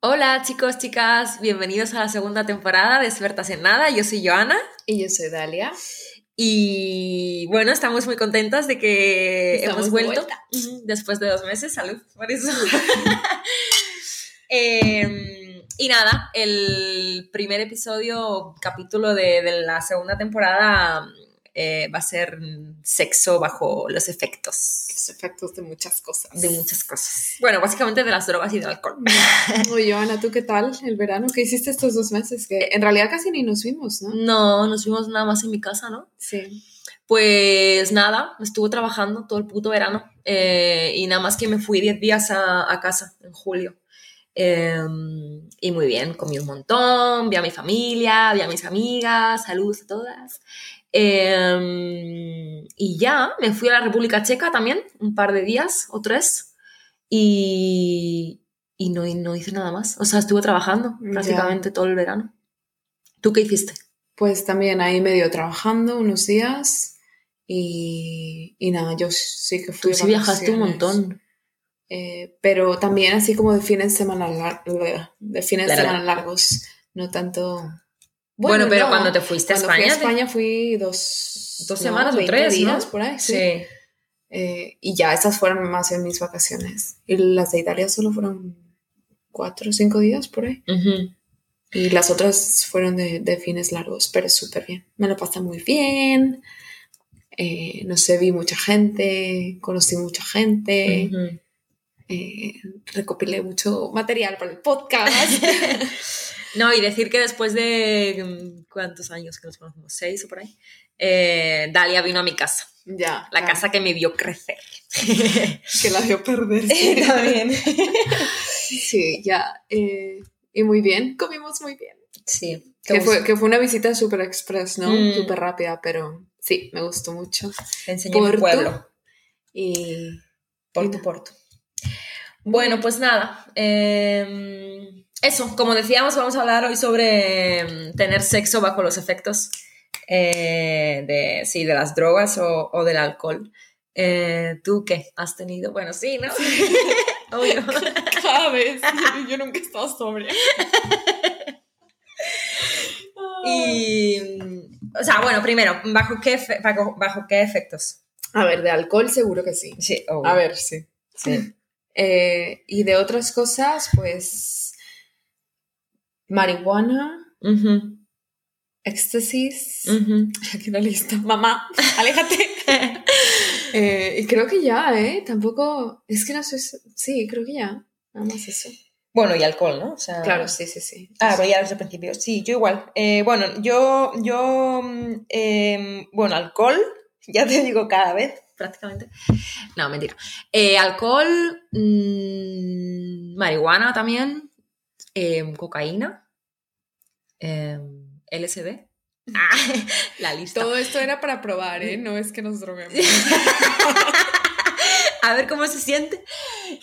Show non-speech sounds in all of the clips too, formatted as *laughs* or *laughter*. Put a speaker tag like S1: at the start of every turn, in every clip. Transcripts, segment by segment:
S1: Hola chicos, chicas, bienvenidos a la segunda temporada de Expertas en Nada. Yo soy Joana
S2: Y yo soy Dalia.
S1: y bueno, estamos muy contentas de que
S2: Estamos
S1: hemos
S2: de
S1: vuelto
S2: vuelta.
S1: Ujú, después de dos meses. Salud por eso. *laughs* Eh, y nada, el primer episodio, capítulo de, de la segunda temporada eh, va a ser sexo bajo los efectos
S2: Los efectos de muchas cosas. *laughs*
S1: de muchas cosas. Bueno, básicamente de las drogas y del alcohol.
S2: Oye, Ana, ¿tú qué tal el verano? ¿Qué hiciste estos dos meses? Que en realidad casi ni nos vimos, ¿no?
S1: No, nos fuimos nada más en mi casa, ¿no?
S2: Sí.
S1: Pues nada, estuve trabajando todo el puto verano eh, y nada más que me fui 10 días a, a casa en julio. Eh, y muy bien, comí un montón, vi a mi familia, vi a mis amigas, saludos a todas. Eh, y ya, me fui a la República Checa también, un par de días o tres, y, y no, y no hice nada más. O sea, estuve trabajando
S2: Ya.
S1: prácticamente todo el verano. ¿Tú qué hiciste?
S2: Pues también ahí medio trabajando unos días y, y nada, yo sí que fui
S1: Tú
S2: de
S1: sí viajaste un
S2: vacaciones.
S1: montón.
S2: Eh, pero también así como de fines de semana, lar- de fines de
S1: Larga.
S2: semana largos, no tanto...
S1: Bueno, pero
S2: no,
S1: cuando te fuiste
S2: cuando
S1: a España,
S2: fui a
S1: te-
S2: España fui dos...
S1: Dos
S2: no,
S1: semanas o
S2: 20
S1: tres, ¿no?
S2: días por ahí, sí.
S1: sí.
S2: Eh, y ya, esas fueron más bien mis vacaciones. Y las de Italia solo fueron cuatro o cinco días por ahí.
S1: Ujú.
S2: Y las otras fueron de, de fines largos, pero súper bien. Me lo pasé muy bien. Eh, no sé, vi mucha gente, conocí mucha gente,
S1: Ujú. *laughs*
S2: eh, recopilé mucho material para el podcast.
S1: *laughs* No, y decir que después de mm, cuántos años que nos conocemos, seis o por ahí, eh, Dalia vino a mi casa,
S2: ya.
S1: la
S2: claro,
S1: casa que me vio
S2: *laughs*
S1: crecer.
S2: Que la
S1: *laughs*
S2: vio perder.
S1: También.
S2: sí, ya. eh, y muy bien, comimos muy bien.
S1: Sí.
S2: Que fue, que fue una visita súper express, ¿no?
S1: Mm.
S2: Súper rápida, pero sí, me gustó mucho.
S1: Te enseñé mi
S2: Porto.
S1: pueblo.
S2: *laughs* Y
S1: Porto, Porto. Bueno, pues nada. eh, eso, como decíamos, vamos a hablar hoy sobre mm, tener sexo bajo los efectos eh, de, sí, de las drogas o, o del alcohol. Eh, ¿Tú qué? ¿Has tenido? Bueno, sí, ¿no? *laughs*
S2: *laughs*
S1: Obvio.
S2: cada vez, yo nunca he estado *laughs* sobria.
S1: Y, mm, o sea, bueno, primero, ¿bajo qué, efe- bajo, bajo qué efectos?
S2: A ver, de alcohol seguro que sí.
S1: Sí,
S2: A ver, sí.
S1: Sí.
S2: Eh, y de otras cosas, pues marihuana,
S1: Ujú,
S2: éxtasis.
S1: ujú.
S2: Aquí la lista. Mm. Mamá, *laughs* aléjate. Eh, y creo que ya, ¿eh? Tampoco, es que no sé, si- sí, creo que ya. Nada más eso.
S1: *laughs* Bueno, y alcohol, ¿no? O sea,
S2: Claro, sí, sí, sí.
S1: Ah, pero ya desde el principio. Sí, yo igual. Eh, bueno, yo, yo, mm, em, bueno, alcohol, *laughs* ya te digo cada vez, prácticamente. No, mentira. Eh, alcohol, mm, marihuana también, em, cocaína, em, LSD.
S2: *laughs*
S1: Ah, *laughs* la lista.
S2: Todo esto era para probar, ¿eh? No es que
S1: *laughs*
S2: nos droguemos.
S1: A ver cómo se siente.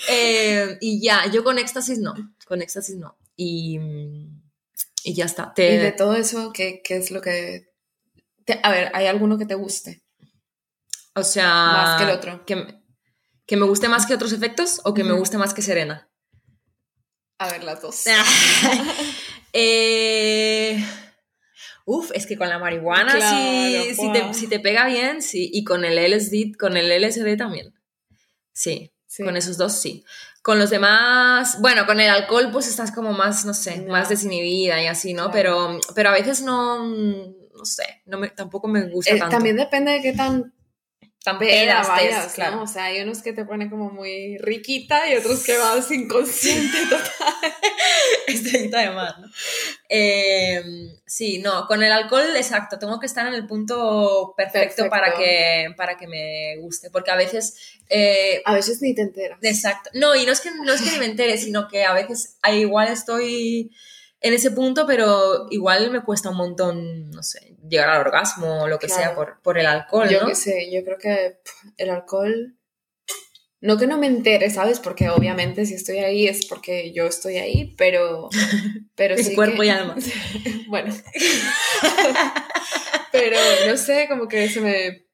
S1: Eh, y ya, yo con éxtasis no, con éxtasis no. Y, mm, y ya está. Te-
S2: Y de todo eso, ¿qué, qué es lo que...? te- a ver, ¿hay alguno que te guste?
S1: O sea.
S2: Más que el otro.
S1: Que, me- que me guste más que otros efectos o que me
S2: Ujú.
S1: guste más que Serena.
S2: A ver, las dos.
S1: *laughs* Ah, Eh, uf, es que con la marihuana
S2: Claro,
S1: sí- si, te,
S2: guau.
S1: si te pega bien, sí. Y con el LSD, con el LSD también. Sí,
S2: Sí.
S1: con esos dos sí. Con los demás, bueno, con el alcohol pues estás como más, no sé,
S2: Ya.
S1: más desinhibida y así, ¿no?
S2: Claro.
S1: Pero, pero a veces no, no sé, no me, tampoco me gusta
S2: Eh,
S1: tanto.
S2: también depende de qué tan
S1: Tan
S2: peda
S1: pedas, tes,
S2: vayas, ¿no?
S1: claro.
S2: O sea, hay unos que te ponen como muy riquita y otros que
S1: *laughs*
S2: vas inconsciente.
S1: Estrellita Este de mar, ¿no? Eh, sí, no, con el alcohol, exacto, tengo que estar en el punto perfecto,
S2: Perfecto.
S1: Para, que, para que me guste, porque a veces... eh,
S2: A veces ni te enteras.
S1: exacto, no, y no es, que, no es que ni me entere, sino que a veces ah, igual estoy en ese punto, pero igual me cuesta un montón, no sé, llegar al orgasmo o lo que
S2: Claro.
S1: sea por, por el alcohol,
S2: yo
S1: ¿no?
S2: qué sé, yo creo que pff, el alcohol... No que no me entere, ¿sabes? Porque obviamente si estoy ahí es porque yo estoy ahí,
S1: *laughs*
S2: pero... pero
S1: En
S2: sí
S1: cuerpo
S2: que-
S1: y alma.
S2: *laughs* Bueno. Pero no sé, como que se me.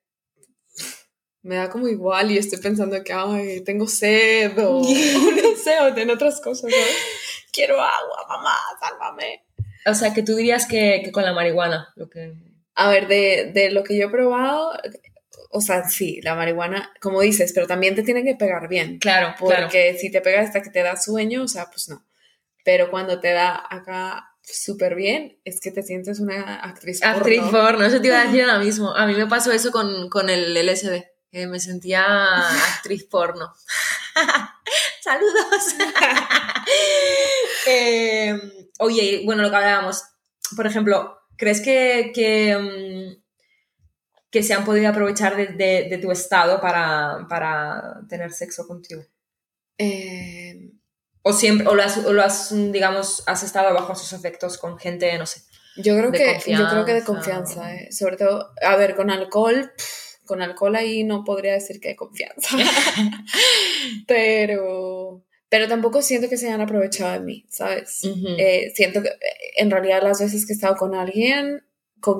S2: Me da como
S1: *laughs*
S2: igual y estoy pensando que, ay, tengo sed o, o no sé, o en otras cosas, ¿sabes? Quiero agua, mamá, sálvame.
S1: O sea, que tú dirías que, que con la marihuana, lo que...
S2: A ver, de, de lo que yo he probado, o sea, sí, la marihuana, como dices, pero también te tiene que pegar bien.
S1: Claro,
S2: Porque
S1: claro.
S2: si te pega hasta que te da sueño, o sea, pues no. Pero cuando te da acá súper bien, es que te sientes una actriz porno.
S1: Actriz porno, eso te iba a decir *laughs* ahora mismo. A mí me pasó eso con, con el LSD, que me sentía actriz porno. *laughs* Saludos. *laughs* Eh, oye, bueno, lo que hablábamos, por ejemplo, ¿crees que, que, mm, que se han podido aprovechar de, de- de tu estado para, para tener sexo contigo?
S2: Eh,
S1: O siempre, o lo has, o lo has, mm, digamos, has estado bajo sus efectos con gente, no sé.
S2: yo creo
S1: De
S2: que yo creo que de
S1: confianza.
S2: confianza, eh. sobre todo, a ver, con alcohol, pff, con alcohol ahí no podría decir que
S1: *laughs*
S2: hay confianza. *laughs* pero pero tampoco siento que se hayan aprovechado de mí, ¿sabes?
S1: Ujú.
S2: Eh, siento que eh, en realidad las veces que he estado con alguien, con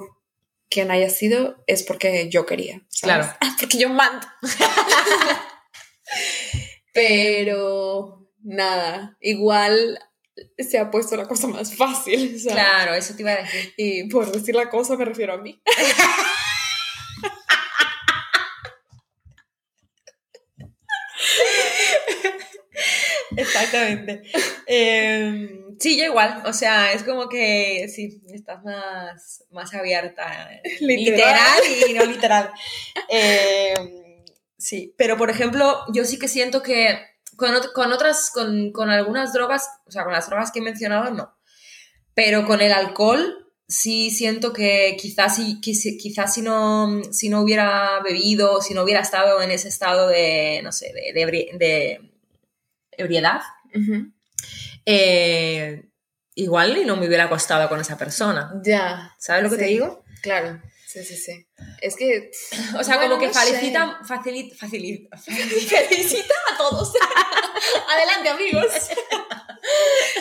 S2: quien haya sido, es porque yo quería. ¿sabes?
S1: Claro.
S2: *laughs* Porque yo mando. Pero nada, igual se ha puesto la cosa más fácil. ¿sabes?
S1: Claro, eso te iba a decir.
S2: Y por decir la cosa me refiero a mí. *laughs*
S1: Exactamente. Eh, sí, yo igual. O sea, es como que sí, estás más, más abierta. Literal.
S2: Literal.
S1: y no literal. Eh, sí, pero por ejemplo, yo sí que siento que con, ot- con otras, con, con algunas drogas, o sea, con las drogas que he mencionado, no. Pero con el alcohol sí siento que quizás si, que si- quizás si, no, si no hubiera bebido, si no hubiera estado en ese estado de, no sé, de, de ebri- de ebriedad, eh, igual y no me hubiera acostado con esa persona.
S2: Ya,
S1: ¿Sabes lo que te
S2: Sí.
S1: digo?
S2: claro. Sí, sí, sí. Es que *laughs*
S1: O sea,
S2: Bueno,
S1: como que
S2: no
S1: facilita, facilita, facilita,
S2: *laughs*
S1: felicita a todos. *laughs*
S2: Adelante, amigos.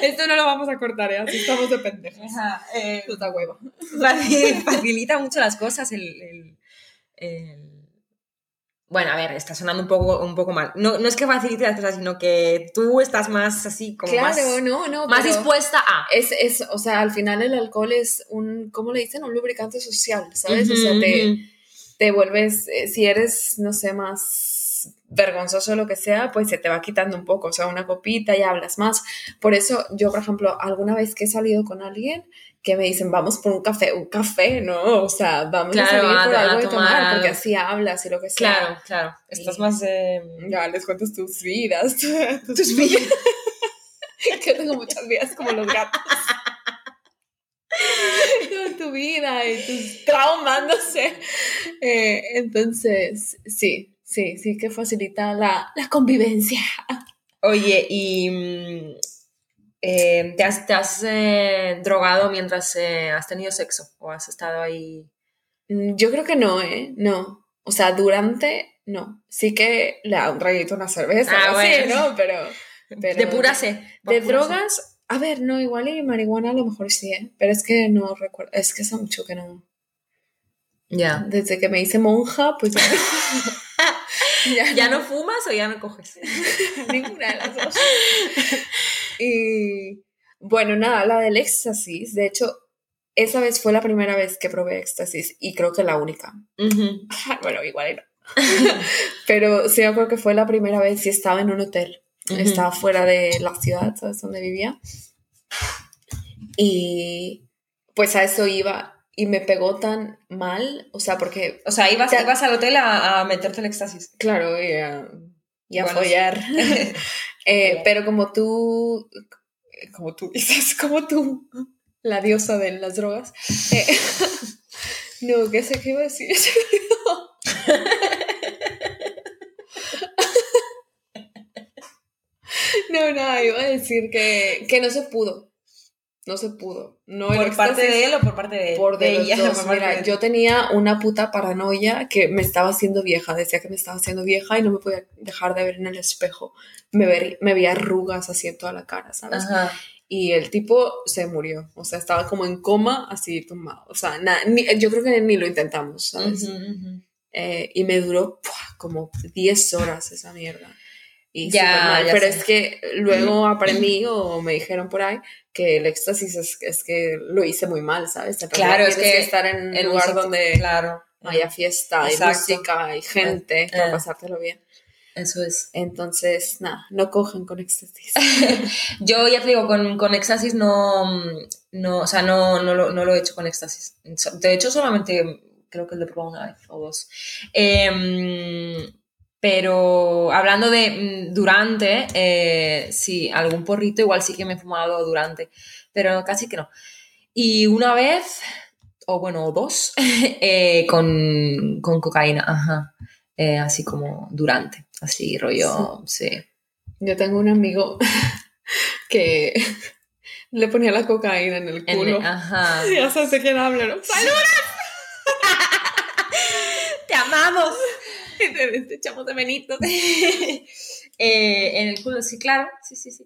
S2: Esto no lo vamos a cortar, ¿eh? Así estamos de pendejas.
S1: Ajá, eh,
S2: Puta hueva.
S1: facil- facilita mucho las cosas el, el- el- Bueno, a ver, está sonando un poco, un poco mal. No, no es que facilite las cosas, sino que tú estás más así, como
S2: Claro,
S1: más,
S2: no, no.
S1: más
S2: pero
S1: dispuesta a...
S2: Es, es, o sea, al final el alcohol es un, ¿cómo le dicen? Un lubricante social, ¿sabes? o sea,
S1: Ujú,
S2: te,
S1: ujú.
S2: te vuelves, eh, si eres, no sé, más vergonzoso o lo que sea, pues se te va quitando un poco, o sea, una copita y hablas más. Por eso yo, por ejemplo, alguna vez que he salido con alguien que me dicen, vamos por un café, un café, ¿no? O sea, vamos
S1: Claro,
S2: a salir
S1: a-
S2: por
S1: a
S2: algo y
S1: tomar
S2: tomar,
S1: algo.
S2: porque así hablas y lo que sea.
S1: Claro, claro. Estás más... eh,
S2: Ya, les cuentas tus *laughs* vidas.
S1: Tus vidas.
S2: que tengo muchas vidas como los gatos. No, tu vida y tus traumas, no sé. Eh, entonces, sí, sí, sí que facilita la, la convivencia.
S1: Oye, ¿y mm, eh, te has, te has, eh, drogado mientras eh, has tenido sexo? ¿O has estado ahí?
S2: Mm, Yo creo que no, ¿eh? No. O sea, durante, no. Sí que le da un traguito a una cerveza,
S1: Ah,
S2: o así,
S1: bueno.
S2: ¿no? Pero, pero-
S1: de pura sed.
S2: De
S1: pura
S2: drogas, a ver, no, igual y marihuana a lo mejor sí, ¿eh? Pero es que no recuerdo, es que hace mucho que no.
S1: sed. Ya.
S2: Desde que me hice monja, pues ya, ya,
S1: ¿Ya no fumas o ya no coges?
S2: *laughs* ninguna de las dos. Y bueno, nada, la del éxtasis, de hecho, esa vez fue la primera vez que probé éxtasis y creo que la única.
S1: *laughs*
S2: *laughs*
S1: Ujú.
S2: Bueno, igual era. Pero sí, yo creo que fue la primera vez y estaba en un hotel.
S1: Ujú.
S2: Estaba fuera de la ciudad, ¿sabes? Donde vivía. Y pues a eso iba y me pegó tan mal, o sea, porque
S1: O sea, ibas,
S2: Ya.
S1: ibas al hotel a, a meterte el éxtasis.
S2: Claro, y a, y a
S1: Bueno,
S2: follar. *laughs* Eh,
S1: Ya.
S2: Pero como tú, como tú dices, *laughs* como tú, la diosa de las drogas. eh, *laughs* no, qué sé qué iba a decir. *laughs* no, nada, iba a decir que, que no se pudo. No se pudo. No el
S1: ¿Por parte
S2: éxtasis
S1: de él o por parte de,
S2: por Eh, de, los
S1: ella?
S2: dos.
S1: *laughs* Por parte
S2: Mira,
S1: de-
S2: yo tenía una puta paranoia que me estaba haciendo vieja, decía que me estaba haciendo vieja y no me podía dejar de ver en el espejo. Me, ver- me veía arrugas así en toda la cara, ¿sabes?
S1: Ajá.
S2: Y el tipo se murió, o sea, estaba como en coma, así tumbado. O sea, na- ni- yo creo que ni lo intentamos, ¿sabes?
S1: Ujú, ujú.
S2: Eh, y me duró ¡pua! como 10 horas esa mierda. Y
S1: Ya,
S2: súper mal.
S1: ya
S2: pero
S1: sé.
S2: es que luego aprendí o me dijeron por ahí que el éxtasis es, es que lo hice muy mal, ¿sabes? De repente
S1: Claro, es
S2: tienes
S1: que
S2: estar en un
S1: en un
S2: lugar
S1: sitio-
S2: donde
S1: Claro.
S2: haya fiesta, hay
S1: Exacto.
S2: música, hay gente, para pasártelo bien.
S1: Eso es.
S2: Entonces, nada, no cojan con *laughs* éxtasis.
S1: Yo ya te digo, con, con éxtasis no, mm, no, o sea, no, no, lo, no lo he hecho con éxtasis. So- De hecho, solamente creo que lo he probado una vez o dos. Em, pero hablando de mm, durante, eh, sí, algún porrito igual sí que me he fumado durante, pero casi que no. Y una vez, o bueno, o dos, *laughs* eh, con, con cocaína, ajá. Eh, así como durante, así rollo, sí.
S2: Yo tengo un amigo *laughs* que *laughs* le ponía la cocaína en el ah.
S1: En-
S2: culo.
S1: ajá.
S2: *laughs* Ya sabes de quién hablo, ¿no?
S1: *laughs* ¡Te amamos!
S2: Te echamos de venitos.
S1: *laughs* Eh, en el culo, sí, claro. Sí, sí, sí.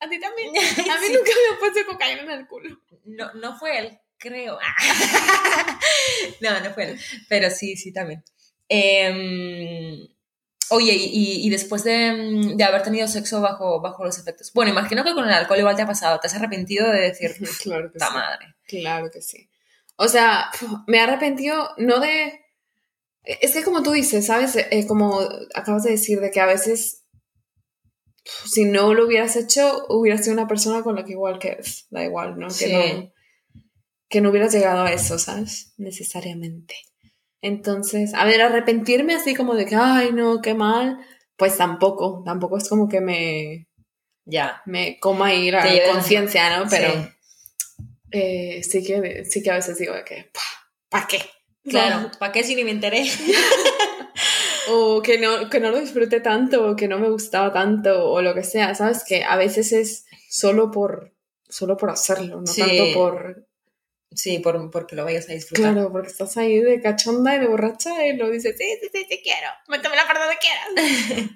S2: A ti *laughs* también. A mí
S1: Sí.
S2: nunca me han puesto cocaína en el *laughs* culo.
S1: No, no fue él, creo. *laughs* no, no fue él. Pero sí, sí, también. Em, oye, y, y- y después de, mm, de haber tenido sexo bajo, bajo los efectos. Bueno, imagino que con el alcohol igual te ha pasado. Te has arrepentido de decir,
S2: Claro que
S1: puta madre.
S2: sí. Claro que sí. O sea, pf, me he arrepentido no de... e, Es que como tú dices, ¿sabes? Eh, como acabas de decir, de que a veces pf, si no lo hubieras hecho, hubieras sido una persona con la que igual que Da igual, ¿no? Que
S1: Sí.
S2: no que no hubieras llegado a eso, ¿sabes? Necesariamente. Entonces, a ver, arrepentirme así como de que, ay, no, qué mal, pues tampoco, tampoco es como que me,
S1: Ya.
S2: me coma ir a
S1: Te lleves-
S2: conciencia, ¿no? Pero
S1: Sí.
S2: eh, sí, que, sí que a veces digo de que, ¿para qué?
S1: *laughs* Claro, ¿para qué si ni me enteré?
S2: O que no, que no lo disfruté tanto, o que no me gustaba tanto, o lo que sea, ¿sabes? Que a veces es solo por, solo por hacerlo, no
S1: Sí.
S2: tanto por...
S1: Sí, por, porque lo vayas a disfrutar.
S2: Claro, porque estás ahí de cachonda y de borracha y lo dices, sí, sí, sí, te quiero, métame la parte donde quieras.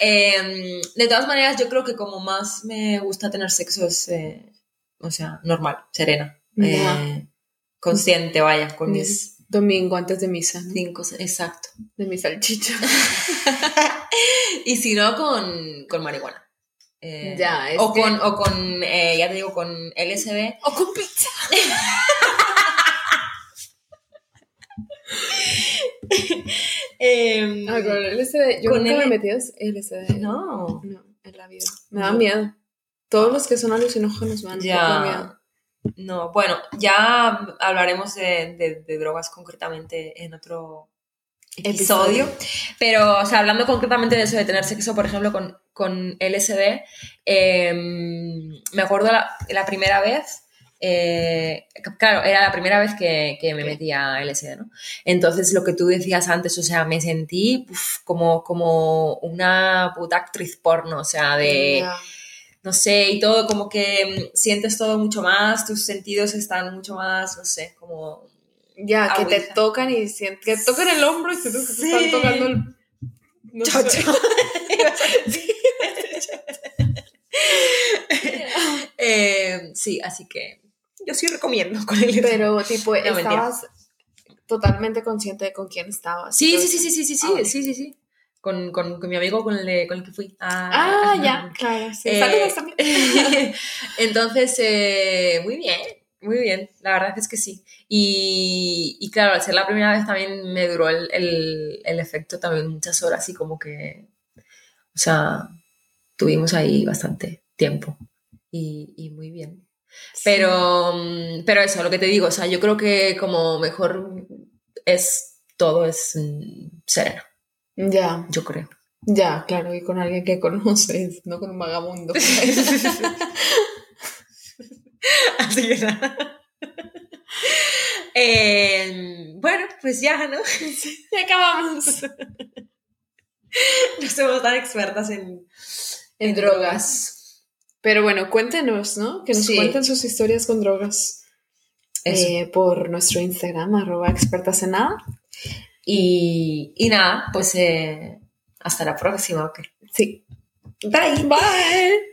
S1: Eh, de todas maneras, yo creo que como más me gusta tener sexo es, eh, o sea, normal, serena, eh,
S2: Ya.
S1: consciente, vaya, con mis
S2: Domingo antes de misa, ¿no?
S1: cinco, exacto.
S2: de
S1: *laughs*
S2: mi salchicha.
S1: Y si no, con, con marihuana. Eh,
S2: Ya, es
S1: o,
S2: que-
S1: con, o con, eh, ya te digo, con LSD.
S2: o con pizza.
S1: Eh,
S2: Ah, con LSD. Yo
S1: Con
S2: nunca me
S1: L-
S2: he metido LSD.
S1: no,
S2: No, en la vida. Me da
S1: No. Ah.
S2: miedo. Todos los que son alucinógenos van
S1: ya. No, bueno, ya hablaremos de, de- de drogas concretamente en otro episodio. Pero, o sea, hablando concretamente de eso de tener sexo, por ejemplo, con, con LSD, eh, me acuerdo la, la primera vez, eh, c- claro, era la primera vez que, que me metía LSD, ¿no? Entonces, lo que tú decías antes, o sea, me sentí puf, como, como una puta actriz porno, o sea, de no sé, y todo, como que mm, sientes todo mucho más, tus sentidos están mucho más, no sé, como...
S2: Ya,
S1: Ah,
S2: que te
S1: Ouija.
S2: tocan y sienten, que tocan el hombro y sientes que te
S1: Sí.
S2: están tocando el...
S1: *laughs*
S2: No
S1: Chao,
S2: sé.
S1: chao. *laughs* Eh, sí, así que yo sí recomiendo con el...
S2: Pero, tipo,
S1: mentira.
S2: estabas totalmente consciente de con quién estabas.
S1: sí, sí, sí, sí, sí, sí, sí,
S2: Ah, vale.
S1: sí, sí, sí. Con, con, con mi amigo con el, de- con el que fui.
S2: Ah,
S1: ajá.
S2: ya, claro, sí.
S1: Eh,
S2: Saludos también.
S1: *laughs* Entonces, eh, muy bien, muy bien, la verdad es que sí. Y, y claro, al ser la primera vez también me duró el, el- el efecto también muchas horas y como que, o sea, tuvimos ahí bastante tiempo y, y muy bien. Pero, mm, pero eso, lo que te digo, o sea, yo creo que como mejor es todo es mm, sereno,
S2: Ya,
S1: yo creo.
S2: ya, claro, y con alguien que conoces, no con
S1: *laughs*
S2: un vagabundo.
S1: Así que nada. Eh, bueno, pues ya, ¿no? *laughs*
S2: ya acabamos.
S1: No somos tan expertas en,
S2: En drogas. Pero bueno, cuéntenos, ¿no? Que nos
S1: Sí.
S2: cuenten sus historias con drogas
S1: Eso.
S2: eh, por nuestro Instagram, arroba expertas en nada.
S1: Y, y nada, pues eh, hasta la próxima, ok.
S2: Sí.
S1: Bye.
S2: Bye.